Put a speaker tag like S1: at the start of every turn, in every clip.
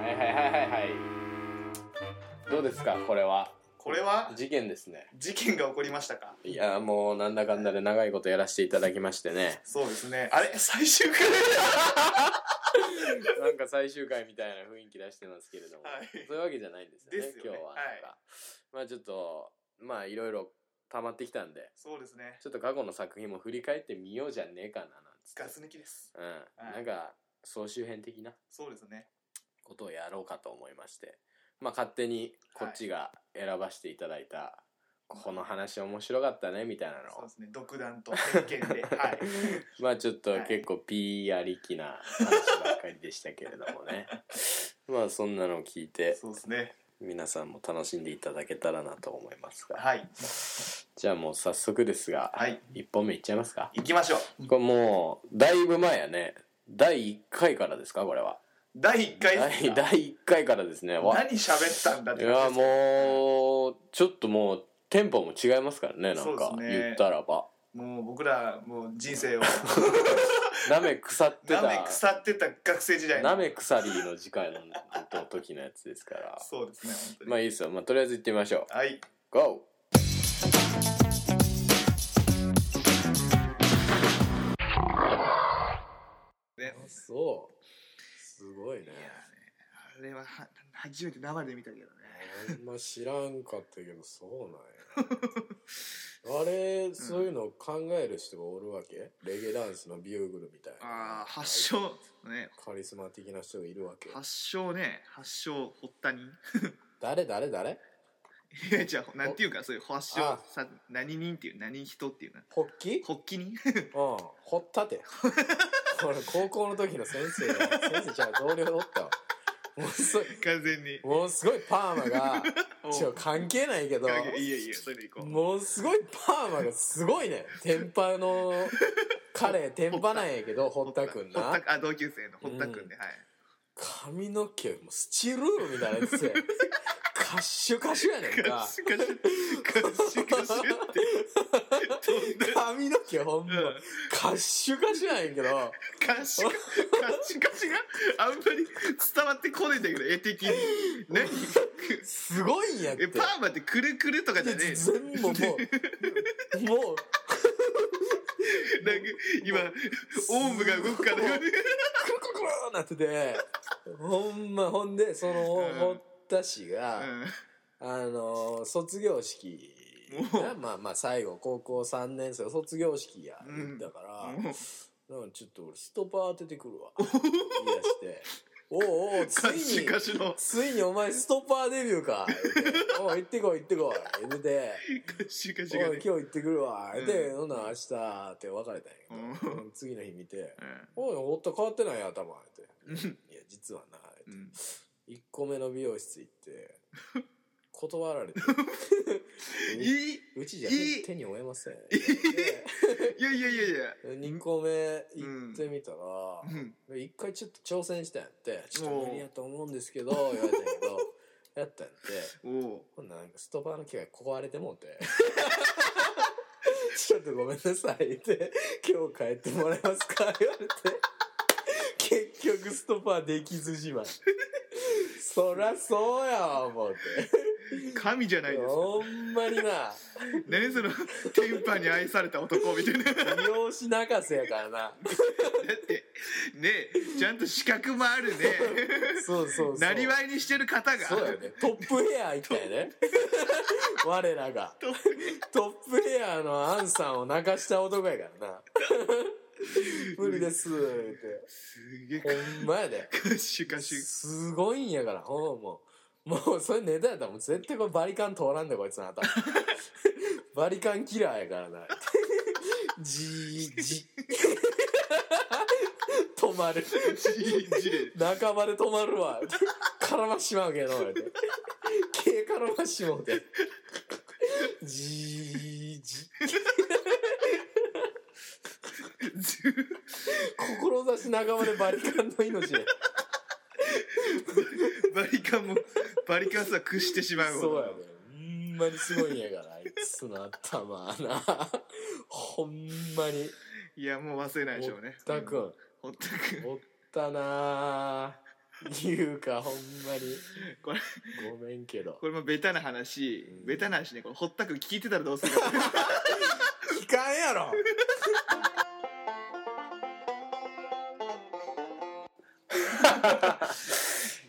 S1: はいはいはいはいはいどうですかこれは
S2: これは
S1: 事件ですね
S2: 事件が起こりましたか
S1: いやもうなんだかんだで長いことやらせていただきまして ね
S2: そうですねあれ最終回
S1: なんか最終回みたいな雰囲気出してますけれども、
S2: はい
S1: そういうわけじゃないんですよね
S2: ですよね
S1: 今日はなんか、まあちょっとまあいろいろ溜まってきたんで
S2: そうですね
S1: ちょっと過去の作品も振り返ってみようじゃねえかななんつって
S2: ガス抜きです
S1: うん、
S2: い
S1: なんか総集編的な
S2: そうですね
S1: ことをやろうかと思いましてまあ勝手にこっちが選ばせていただいた、この話面白かったねみたいな
S2: そう
S1: のを
S2: ですね独断と偏見 ではい
S1: まあちょっと
S2: はい
S1: 結構ピーありきな話ばっかりでしたけれどもね まあそんなのを聞いて
S2: そうですね
S1: 皆さんも楽しんでいただけたらなと思いますが
S2: はい
S1: じゃあもう早速ですが、
S2: はい
S1: 1本目いっちゃいますか
S2: 行きましょう
S1: これもうだいぶ前やね第1回からですかこれは
S2: 第1回
S1: 第
S2: で
S1: 第
S2: すか
S1: 1回からですねわ
S2: 何喋ったんだっ
S1: い
S2: て
S1: や
S2: 感じです
S1: もうちょっともうテンポも違いますからねなんか
S2: そうですね
S1: 言ったらば
S2: もう僕らもう 人生を
S1: なめ腐ってた
S2: なめ腐ってた学生時代の
S1: なめ腐りの次回の時のやつですから
S2: そうですね本当に、
S1: まあいいですよまあとりあえず行ってみましょ
S2: はいう
S1: GO!
S2: ね
S1: そうすごいね
S2: いやねあれはは初めて生で見たけどね
S1: あんま知らんかったけどそう なんやあれそういうの考える人がおるわけレゲエダンスのビューグルみたいな
S2: ああ発祥ね
S1: カリスマ的な人がいるわけ
S2: 発祥ね発祥発端に
S1: 誰誰誰
S2: いや じゃあなんていうかそういう発
S1: あ
S2: 祥さ何人っていう何人っていうな
S1: ホッキ
S2: 発起人
S1: うん、掘ったて。これ高校の時の先生が、先生じゃあ同僚おったわ。もうすごい、
S2: 完全に
S1: ものすごいパーマが、
S2: お
S1: 違う、関係ないけど、
S2: いやいやそれでいこう
S1: ものすごいパーマがすごいね。天パの、彼、天パなんやけど、堀田くん
S2: 堀
S1: な。
S2: 田あ同級生の堀田くんで、はい
S1: 髪の毛、もうスチールールみたいなやつや。カッシュカシュやねん
S2: ガ
S1: か
S2: ッ。シュガシュガッシュガシュってどんな
S1: 髪の毛ほんま
S2: うん、
S1: カッシュカシュなんやけど、
S2: ガッシュガガッシュガシュがあんまり伝わってこないんだけど絵的に何
S1: すごいんやっ
S2: え
S1: て
S2: パ。ーマってくるくるとかじゃねえの
S1: 全部もう、もう、
S2: なんか今オウムが動くからよね
S1: クルクルクルなってて、ほんま、ほんで、その、
S2: うん
S1: 堀田氏
S2: う
S1: が、
S2: ん
S1: あのー、卒業式
S2: お
S1: が、まあまあ、最後、高校3年生の卒業式や、
S2: うん
S1: だから、
S2: もう
S1: だからちょっと俺、ストッパー当ててくるわ。言い出して、おうおう、つ
S2: ガッ
S1: い
S2: シュ
S1: に、
S2: ガシュの
S1: ついにお前ストッパーデビューか。言うておう、行ってこい、行ってこい。言ってて、
S2: ガッシュガシュ
S1: お
S2: が
S1: い、今
S2: ね
S1: 日行ってくるわ。
S2: うん
S1: で、ほんなら明日って別れたんやけど。
S2: う
S1: うん次の日見て、おい、ほっと変わってないや、頭。って。いや、実はな、
S2: うんうん
S1: 1個目の美容室行 って、断られて。
S2: いいう
S1: ちじゃ
S2: いい
S1: 手に負えません。
S2: いやいやいやいや
S1: 2個目行ってみたら、
S2: うん
S1: 1回ちょっと挑戦したんやって、ちょっ
S2: お
S1: と
S2: う
S1: 無理やと思うんですけど、 言われたんやけど、やったんやって、
S2: おう
S1: ほんならなんかストッパーの機械壊れてもうて。ちょっとごめんなさいって、今日帰ってもらえますか言われて。結局ストッパーできずじまい。そらそうやわ思う
S2: 神じゃな
S1: て
S2: い。ですか
S1: ほんまにな、
S2: 何その天パに愛された男みたいなだ
S1: 美容師泣かせやからな。
S2: ってねちゃんと資格もあるね
S1: そうそうそう。
S2: なりわいにしてる方が
S1: そうやね。トップヘア行ったよ ね。我らが。
S2: トッ
S1: トップヘアのアンさんを泣かした男やから な。無理ですって。
S2: すげえ
S1: ほんまやで。
S2: ガッシュガッシュ
S1: すごいんやから、ほんまもう。もう、それネタやったら、もう絶対これバリカン通らんで、こいつの頭。バリカンキラーやからな。じーじ。止まる。
S2: じれ
S1: 仲間で止まるわ。絡ましちまうけど、言うて毛絡ましちまうて。じーじ。志仲間でバリカンの命で。
S2: バリカンもバリカンさ屈してしまう
S1: そうや
S2: わ
S1: ねほんまにすごいんやからあいつの頭はなほんまに
S2: いやもう忘れないでしょうね
S1: 堀田君
S2: ほったくん
S1: おったな言うかほんまに
S2: これ
S1: ごめんけど
S2: これもベタな話
S1: うん
S2: ベタな話ねこれほったくん聞いてたらどうするか
S1: 聞かんやろ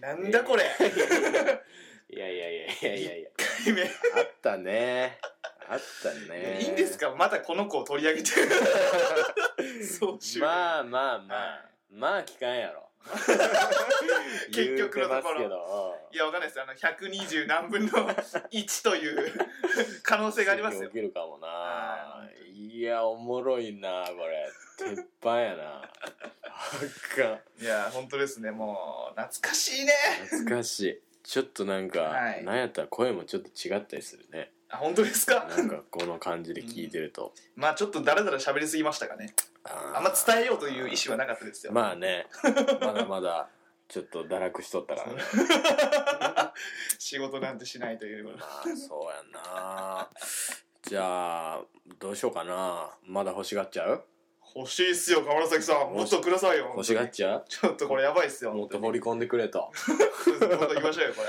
S2: なんだ これ
S1: いやいやいやいやいや
S2: いや
S1: あったねあったね
S2: いいんですかまだこの子を取り上 げてそうしよう
S1: まあまあま
S2: は
S1: あまあ聞かんやろ
S2: 結局のところ
S1: 言うてますけど
S2: いやわかんないですあの120何分の1という 可能性がありますよ
S1: 起きるかもな
S2: は。
S1: いや、おもろいな、これ。鉄板やな。あか
S2: いや本当ですねもう懐かしいね
S1: ん。懐かしい。ちょっとなんか、
S2: はい
S1: なんやったら声もちょっと違ったりするね。
S2: あ本当ですか
S1: なんかこの感じで聞いてると。
S2: まあちょっとだらだら喋りすぎましたかね
S1: あ
S2: あんま伝えようという意思はなかったですよ、
S1: まあね、まだまだ、ちょっと堕落しとったからね。
S2: 仕事なんてしないという
S1: まあ、そうやんな。じゃあ、どうしようかな。まだ欲しがっちゃう
S2: 欲しいっすよ川崎さんもっとくださいよ
S1: 欲しがっちゃ
S2: ちょっとこれやばいっすよ
S1: うもっと
S2: 本
S1: 掘り込んでくれと。
S2: 当にもっと行きましょうよこれ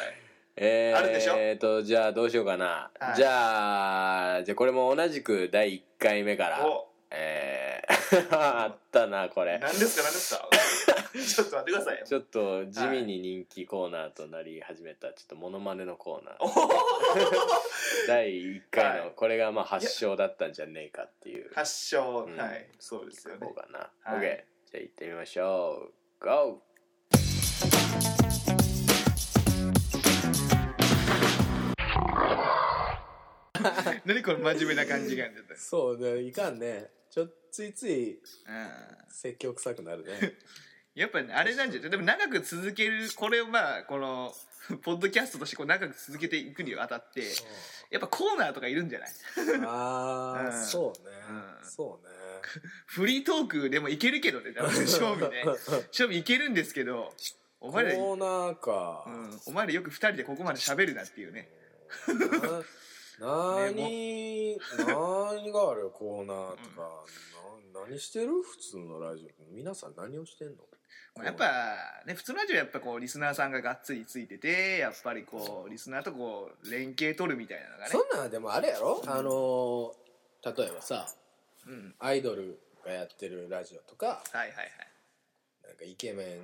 S1: えー、
S2: あるでしょ
S1: えーと、じゃあどうしようかな。
S2: はい
S1: じゃあ、じゃあこれも同じく第1回目から。
S2: お
S1: えー、 あったな、これ。
S2: 何ですか何ですか ちょっと待ってくださいよ
S1: ちょっと地味に人気コーナーとなり始めた、ちょっとモノマネのコーナー。
S2: おー
S1: 第1回の、
S2: はい
S1: これがまあ発祥だったんじゃねえかっていう。
S2: 発祥、
S1: うん
S2: はいそうですよね
S1: こうかな。
S2: はい
S1: OK。じゃあ行ってみましょう。GO!
S2: 何この真面目な感じが出て
S1: そうね、いかんね。ちょ、ついつい
S2: うん
S1: 説教臭くな るね。
S2: やっぱね、あれなんじゃないでも長く続ける、これをまあ、この、ポッドキャストとしてこう長く続けていくにあたって、やっぱコーナーとかいるんじゃない
S1: あ
S2: ーうんそう
S1: ね
S2: うん
S1: そうね。
S2: フリートークでもいけるけどね、 だ から勝負ね。勝負いけるんですけど、お前ら、
S1: コーナーか
S2: う。ん、お前らよく二人でここまで喋るなっていうね。
S1: なな
S2: ねも
S1: に、何があるよ、コーナーとか。な何してる普通のラジオ。皆さん何をしてんの
S2: まあやっぱ、ね、普通のラジオはやっぱこう、リスナーさんががっつりついてて、やっぱりこう、リスナーとこう、連携取るみたいなのがね
S1: そ。んなんでもあれやろあのー、例えばさ、
S2: うん。
S1: アイドルがやってるラジオとか、
S2: はいはいはい。
S1: なんかイケメン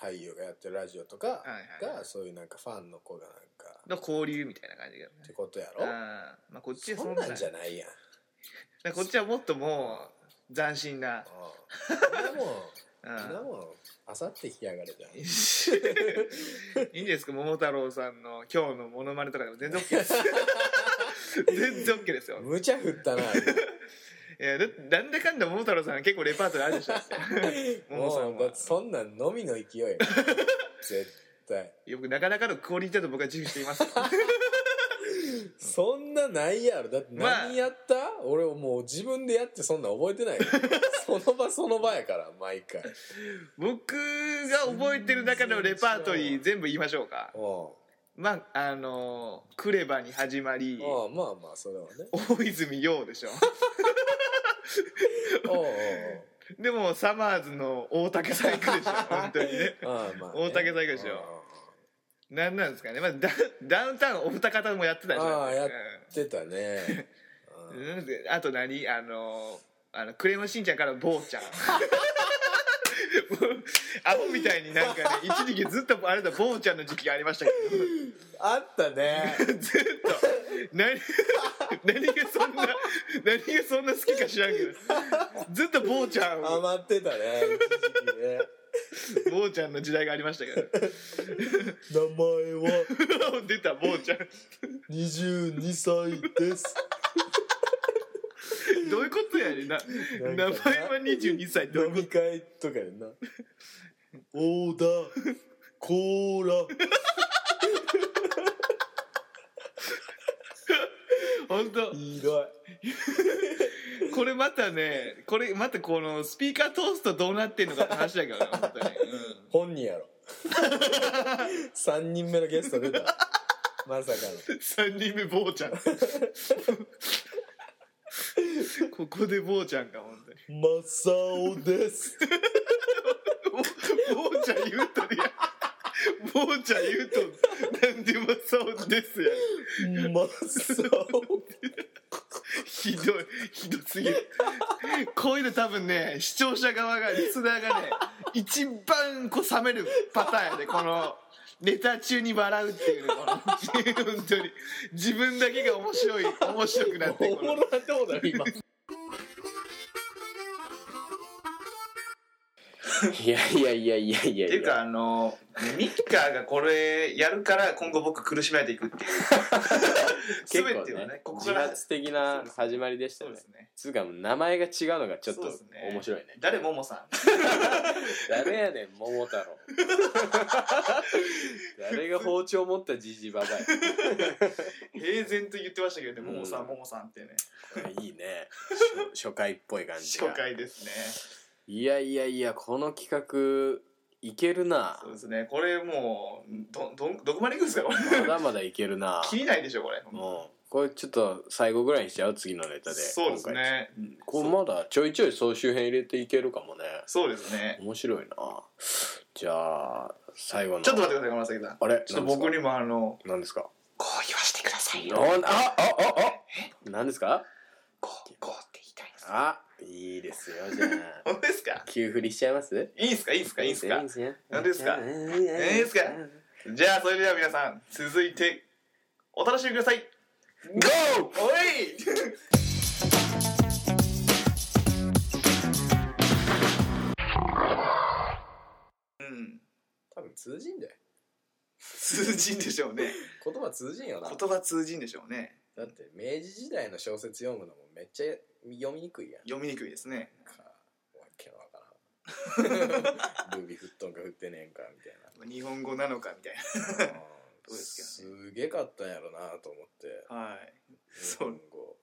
S1: 俳優がやってるラジオとか
S2: はいはい
S1: が、そういうなんかファンの子がなんか、
S2: だから交流みたいな感じが。
S1: ってことや
S2: う
S1: ろ。
S2: んまあ、こっちは
S1: そんなんじゃないや ん。
S2: だからこっちはもっともう斬 新な、
S1: うん。でも、
S2: うん、
S1: みんなもあさって来やがれじゃん。
S2: いいんですか桃太郎さんの今日のモノマネとかでも全然 OK です全然 OK ですよ
S1: むちゃ振った な。
S2: いやだなんだかんだ桃太郎さんは結構レパートリーあるでしょ桃さ
S1: も
S2: ん
S1: うだっ
S2: は
S1: てそんなんのみ の勢いよ絶対
S2: 僕なかなかのクオリティだと僕は自負していますよ
S1: そんなないやろだって
S2: まあ
S1: 何やった、俺もう自分でやってそんなん覚えて ないよその場その場やから毎回
S2: 僕が覚えてる中のレパートリー全部言いましょうか
S1: お
S2: まああのークレバ」に始まり
S1: うおうまあまあそれはね
S2: 大泉洋でしょ
S1: おうおう
S2: でもサマーズの大竹さん行 くでしょ本当にね
S1: おうああまあ、
S2: 大竹最後でしょなんなんですかね、まあ、ダダウンタウンお二方もやってたじゃ
S1: ああやっ
S2: ん
S1: 出た ね
S2: うんなんであと何あのあのクレヨンしんちゃんから坊 ちゃん もうアホみたいになんかね一時期ずっとあれだ坊ちゃんの時期がありましたけ
S1: あったね
S2: どずっと何 何がそんな何がそんな好きか知らんけどずっと坊ちゃんを
S1: 余ってたね一時期ね
S2: 坊ちゃんの時代がありましたけど
S1: 名前は
S2: 出た坊ちゃん
S1: 22歳です
S2: どういうことやねんな名前
S1: なんかな
S2: は22歳どうい う
S1: 飲
S2: こと
S1: み会とかでな「オーダーコーラ
S2: 本当」
S1: ひどい
S2: これまたね、これまたこのスピーカー通すとどうなってんのかって話だけどね、本当に。
S1: 本人 やろ3人目のゲスト出たまさか
S2: うん、3人目、坊ちゃん。ここで坊ちゃんが、本当に。
S1: の「マサオです
S2: 坊ちゃん言うとるやん。もうちゃん言うとなんでもそうですやん
S1: まっさお
S2: ひどいひどすぎるこういうの多分ね視聴者側がリスナーがね一番こう冷めるパターンやでこのネタ中に笑うっていうねこの本当に自分だけが面白い面白くなって
S1: お
S2: この
S1: もろなってことだね今
S3: いやいやいやいやいや
S2: っていうかあのミッカーがこれやるから今後僕苦しめられていくっていう
S3: 結
S2: 全
S3: 構
S2: て
S3: ね
S2: はねここ
S3: 自
S2: から
S3: 発的な始まりでした
S2: そう
S3: ね
S2: ですね
S3: つうかもう名前が違うのがちょっと
S2: そうですね
S3: 面白いね
S2: 誰ももさん
S3: 誰やねん桃 太郎誰が包丁持ったじじばば
S2: 平然と言ってましたけどね、
S3: うん
S2: ももさん、ももさんってね、
S3: やいいね初初回っぽい感じ
S2: 初
S3: が
S2: 回ですね。
S3: いやいやいやこの企画いけるな
S2: そうですね、これもう、ど、どん、どこまで行くんですか、これ。
S3: まだまだいける な
S2: 切りないでしょ、これ。
S3: もうこれちょっと最後ぐらいにしちゃう次のネタで
S2: そうですね。
S3: 今回これまだちょいちょい総集編入れていけるかもね
S2: そうですね。
S3: 面白いなじゃあ最後の
S2: ちょっと待ってください、山崎さん。
S3: あれ
S2: ちょっと僕にも、あの、
S3: 何ですか
S2: こう言わしてください
S3: ああ。あああ何ですか
S2: こう、こうって言いたいんです。
S3: あいいですよじゃあ
S2: 本当ですか。
S3: 急振りしちゃいます
S2: いいんすか、いいんすか、いいんすか。
S3: すよ
S2: 何ですか
S3: いい
S2: いいんすかじゃあ、それでは、皆さん、続いて。お楽しみください。
S3: GO!
S2: おい。うん。
S1: 多分通じんだよ
S2: 通じんでしょうね。
S1: 言葉通じんよな
S2: 言葉通じんでしょうね。
S1: だって明治時代の小説読むのもめっちゃ読みにくいやん
S2: 読みにくいですね。
S1: かわけのわ からんルビ吹っとんか振ってねえんかみたいな
S2: 日本語なのかみたい
S1: うん
S2: うです
S1: すげかったんやろなと思って
S2: な。はい。
S1: 日
S2: そう
S1: 本語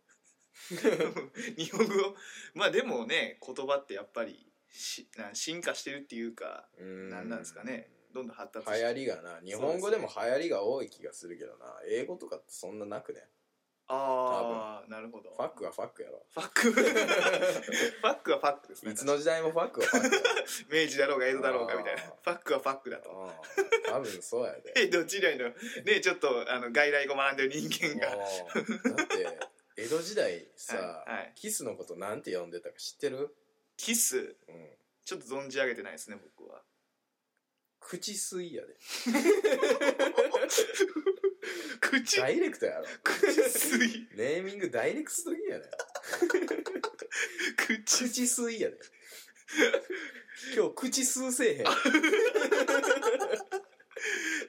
S2: 日本語まあでもね言葉ってやっぱりしな進化してるっていうか
S1: うん
S2: 何なんですかねどんどん発達し
S1: 流行
S2: て
S1: りがな日本語でも流行りが多い気がするけどな英語とかってそんななくね
S2: ああなるほど
S1: ファックはファックや ろ
S2: ファックファックはファックですね
S1: いつの時代もファックはファックや
S2: 明治だろうが江戸だろうがみたいな
S1: あー
S2: ファックはファックだと
S1: ろうん多分そうやで
S2: 江戸時代のねちょっとあの外来語学んでる人間が
S1: うんだって江戸時代さ、
S2: はいはい
S1: キスのことなんて呼んでたか知ってる、
S2: キス
S1: うん、
S2: ちょっと存じ上げてないですね僕は
S1: 口吸いやで
S2: 口
S1: ダイレクトやろ
S2: 口吸い
S1: ネーミングダイレクトすぎやで
S2: 口
S1: 口吸いや で今日口吸うせえへん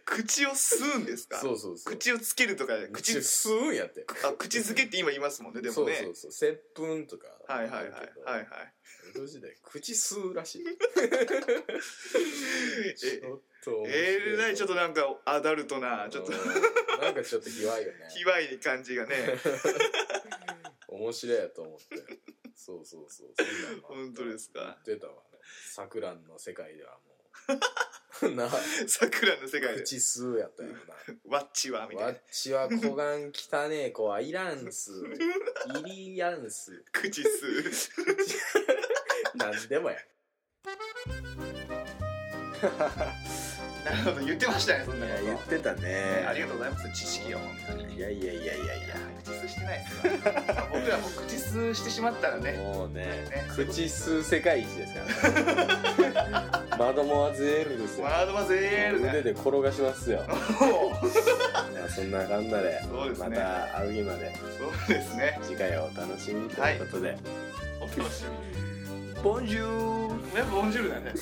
S2: 口を吸うんですか
S1: そうそうそう
S2: 口をつけるとか
S1: 口
S2: 口
S1: 吸うんやって
S2: あ口づけって今言いますもんねで
S1: そ
S2: も
S1: う
S2: ね
S1: そうそう接吻とか
S2: はいはいはい
S1: あるけど
S2: はいはい
S1: 江戸時代口吸うら しいちょっと面白い
S2: えー、なにちょっとなんかアダルトなちょっと
S1: うんなんかちょっと卑猥よね
S2: 卑猥い感じがね
S1: 面白いやと思ってそうそうそうそんなんもあった
S2: 本当ですか
S1: 言ってたわ桜の世界ではも うな
S2: 桜の世界で
S1: 口吸うやったよ な
S2: ワッチはみた
S1: わ
S2: いな
S1: っちは小顔汚ねえ子はいらんす。 いりやんす。
S2: 口吸う
S1: なんでもや。
S2: なるほど言ってましたねそん
S3: い
S2: な
S3: や
S2: こ
S3: 言ってた
S2: とあり
S3: ね
S2: がとうございます知識を本当に
S3: いやいやいやいやいや
S2: 口吸してないですか僕らもう口吸してしまったらね
S3: もうね
S2: ね
S3: 口吸う世界一です からマドモアゼールですよ
S2: ワードマゼール
S3: 腕
S2: ね
S3: で転がしますよ
S2: もう
S3: いやそんなかんなで
S2: そうですね
S3: また会う日まで
S2: そうですね
S3: 次回をお楽しみということで、
S2: お楽しみに
S3: ボンジュール
S2: やっぱボンジュールだね